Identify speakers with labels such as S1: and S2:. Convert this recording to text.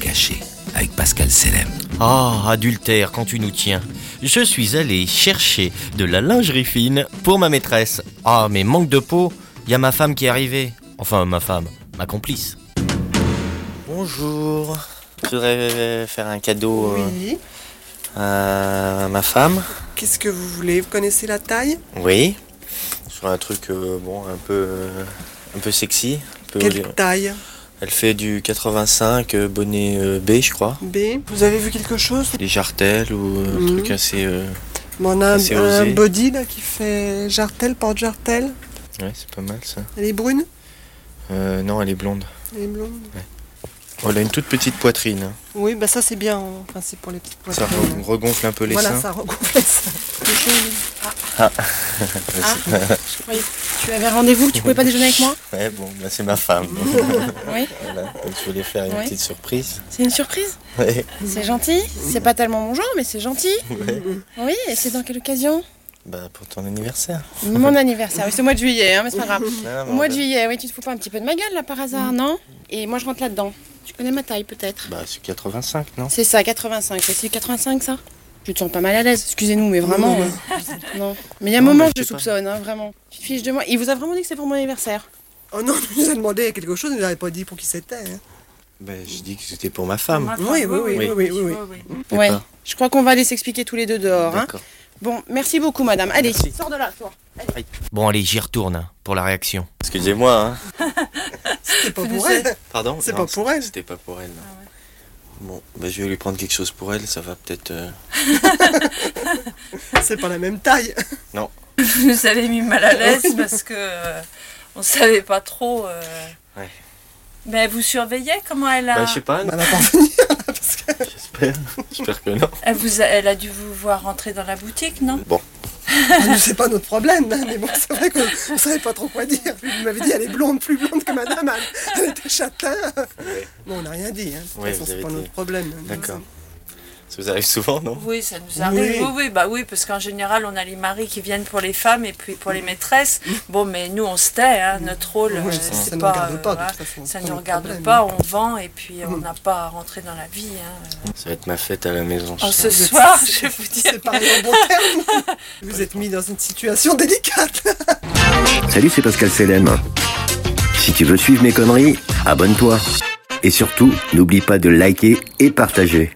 S1: caché avec Pascal Selem.
S2: Ah, adultère, quand tu nous tiens. Je suis allé chercher de la lingerie fine pour ma maîtresse. Ah, mais manque de peau, y a ma femme qui est arrivée. Enfin, ma femme, ma complice. Bonjour. Je voudrais faire un cadeau euh,
S3: Oui.
S2: à ma femme.
S3: Qu'est-ce que vous voulez Vous connaissez la taille
S2: Oui. Sur un truc, euh, bon, un peu, euh, un peu sexy. un peu-
S3: Quelle taille
S2: Elle fait du 85, euh, bonnet euh, B, je crois.
S3: B. Vous avez vu quelque chose
S2: Des jartelles ou euh, un
S3: Mhm.
S2: truc assez. euh,
S3: Bon, On a
S2: C'est
S3: un, un
S2: osé.
S3: body là qui fait jartel, porte-jartel.
S2: Ouais, c'est pas mal ça.
S3: Elle est brune
S2: Euh, non, elle est blonde.
S3: Elle est blonde
S2: Oh, elle a une toute petite poitrine. hein.
S3: Oui, bah ça c'est bien. en- Enfin, c'est pour les petites
S2: Ça
S3: poitrines.
S2: re- regonfle un peu les
S3: voilà,
S2: seins.
S3: ça regonfle les seins. C'est joli.
S4: Tu avais rendez-vous, tu pouvais pas déjeuner avec moi
S2: Ouais, bon, bah, c'est ma femme.
S4: Oui.
S2: Voilà, donc je voulais faire une
S4: Ouais.
S2: petite surprise.
S4: C'est une surprise
S2: Ouais.
S4: C'est gentil C'est pas tellement mon genre, mais c'est gentil. Oui, et c'est dans quelle occasion
S2: Bah, pour ton anniversaire.
S4: Mon anniversaire. Oui, c'est au mois de juillet, hein, mais c'est pas grave.
S2: Ah,
S4: Au
S2: bon, Mm.
S4: mois
S2: bah,
S4: de juillet, oui, tu te fous pas un petit peu de ma gueule là par hasard, non Et moi je rentre là-dedans. Tu connais ma taille peut-être
S2: Bah, c'est 85, non
S4: C'est ça, 85. C'est du 85 ça Tu te sens pas mal à l'aise, excusez-nous, mais vraiment.
S3: Non, non,
S4: euh, non. Mais il y a un
S2: Non,
S4: moment,
S2: mais
S4: je
S2: je sais pas.
S4: soupçonne, hein, vraiment. Tu te fiches de moi. Il vous a vraiment dit que c'est pour mon anniversaire
S3: Oh non, il nous a demandé quelque chose, il n'avait pas dit pour qui c'était. hein.
S2: Bah, j'ai dit que c'était pour ma femme.
S3: Oui, oui, oui, oui, oui, Ah, oui, oui.
S2: Mais
S4: Ouais.
S2: pas.
S4: Je crois qu'on va aller s'expliquer tous les deux dehors. hein.
S2: D'accord.
S4: Bon, merci beaucoup, madame. Allez,
S2: Merci.
S4: sors de là, toi.
S5: Bon, allez, j'y retourne hein, pour la réaction.
S2: Excusez-moi, hein.
S3: C'est pas pour elle.
S2: Pardon
S3: C'est
S2: Non,
S3: pas pour elle.
S2: C'était pas pour elle. non. Bon, bah, je vais lui prendre quelque chose pour elle, ça va peut-être. euh,
S3: C'est pas la même taille.
S6: Vous nous avez mis mal à l'aise parce que euh, on savait pas trop. euh.
S2: Ouais.
S6: Mais elle vous surveillait comment elle a
S2: Bah, je sais pas,
S3: Bah, elle va pas venir.
S2: j'espère. j'espère que non.
S6: elle vous a, elle a dû vous voir rentrer dans la boutique, non
S2: Bon,
S3: Nous, Ah, C'est pas notre problème. hein, Mais bon, c'est vrai qu'on ne savait pas trop quoi dire. Puis, vous m'avez dit, elle est blonde, plus blonde que madame. Elle, elle était châtain. Bon, on n'a rien dit. Hein. De toute
S2: Ouais,
S3: façon,
S2: vous
S3: c'est
S2: avez
S3: pas
S2: dit.
S3: notre problème. hein.
S2: d'accord. Ça vous arrive souvent, non
S6: Oui, ça nous arrive.
S3: Oui.
S6: Oui, oui, bah oui, parce qu'en général, on a les maris qui viennent pour les femmes et puis pour les maîtresses. Bon, mais nous, on se tait. hein, Notre rôle,
S3: Ouais,
S6: euh,
S3: ça,
S6: c'est
S3: ça ne
S6: pas,
S3: regarde
S6: euh,
S3: pas, de
S6: voilà,
S3: toute façon,
S6: ça
S3: c'est pas
S6: ne nous
S3: notre
S6: regarde
S3: problème.
S6: pas. On vend et puis on n'a pas à rentrer dans la vie. hein.
S2: Ça va être ma fête à la maison.
S6: Oh,
S2: ce
S6: ce
S2: soir.
S6: soir, je vais vous dire.
S3: C'est pareil en bon terme. Vous êtes mis dans une situation délicate.
S7: Salut, c'est Pascal Selem. Si tu veux suivre mes conneries, abonne-toi. Et surtout, n'oublie pas de liker et partager.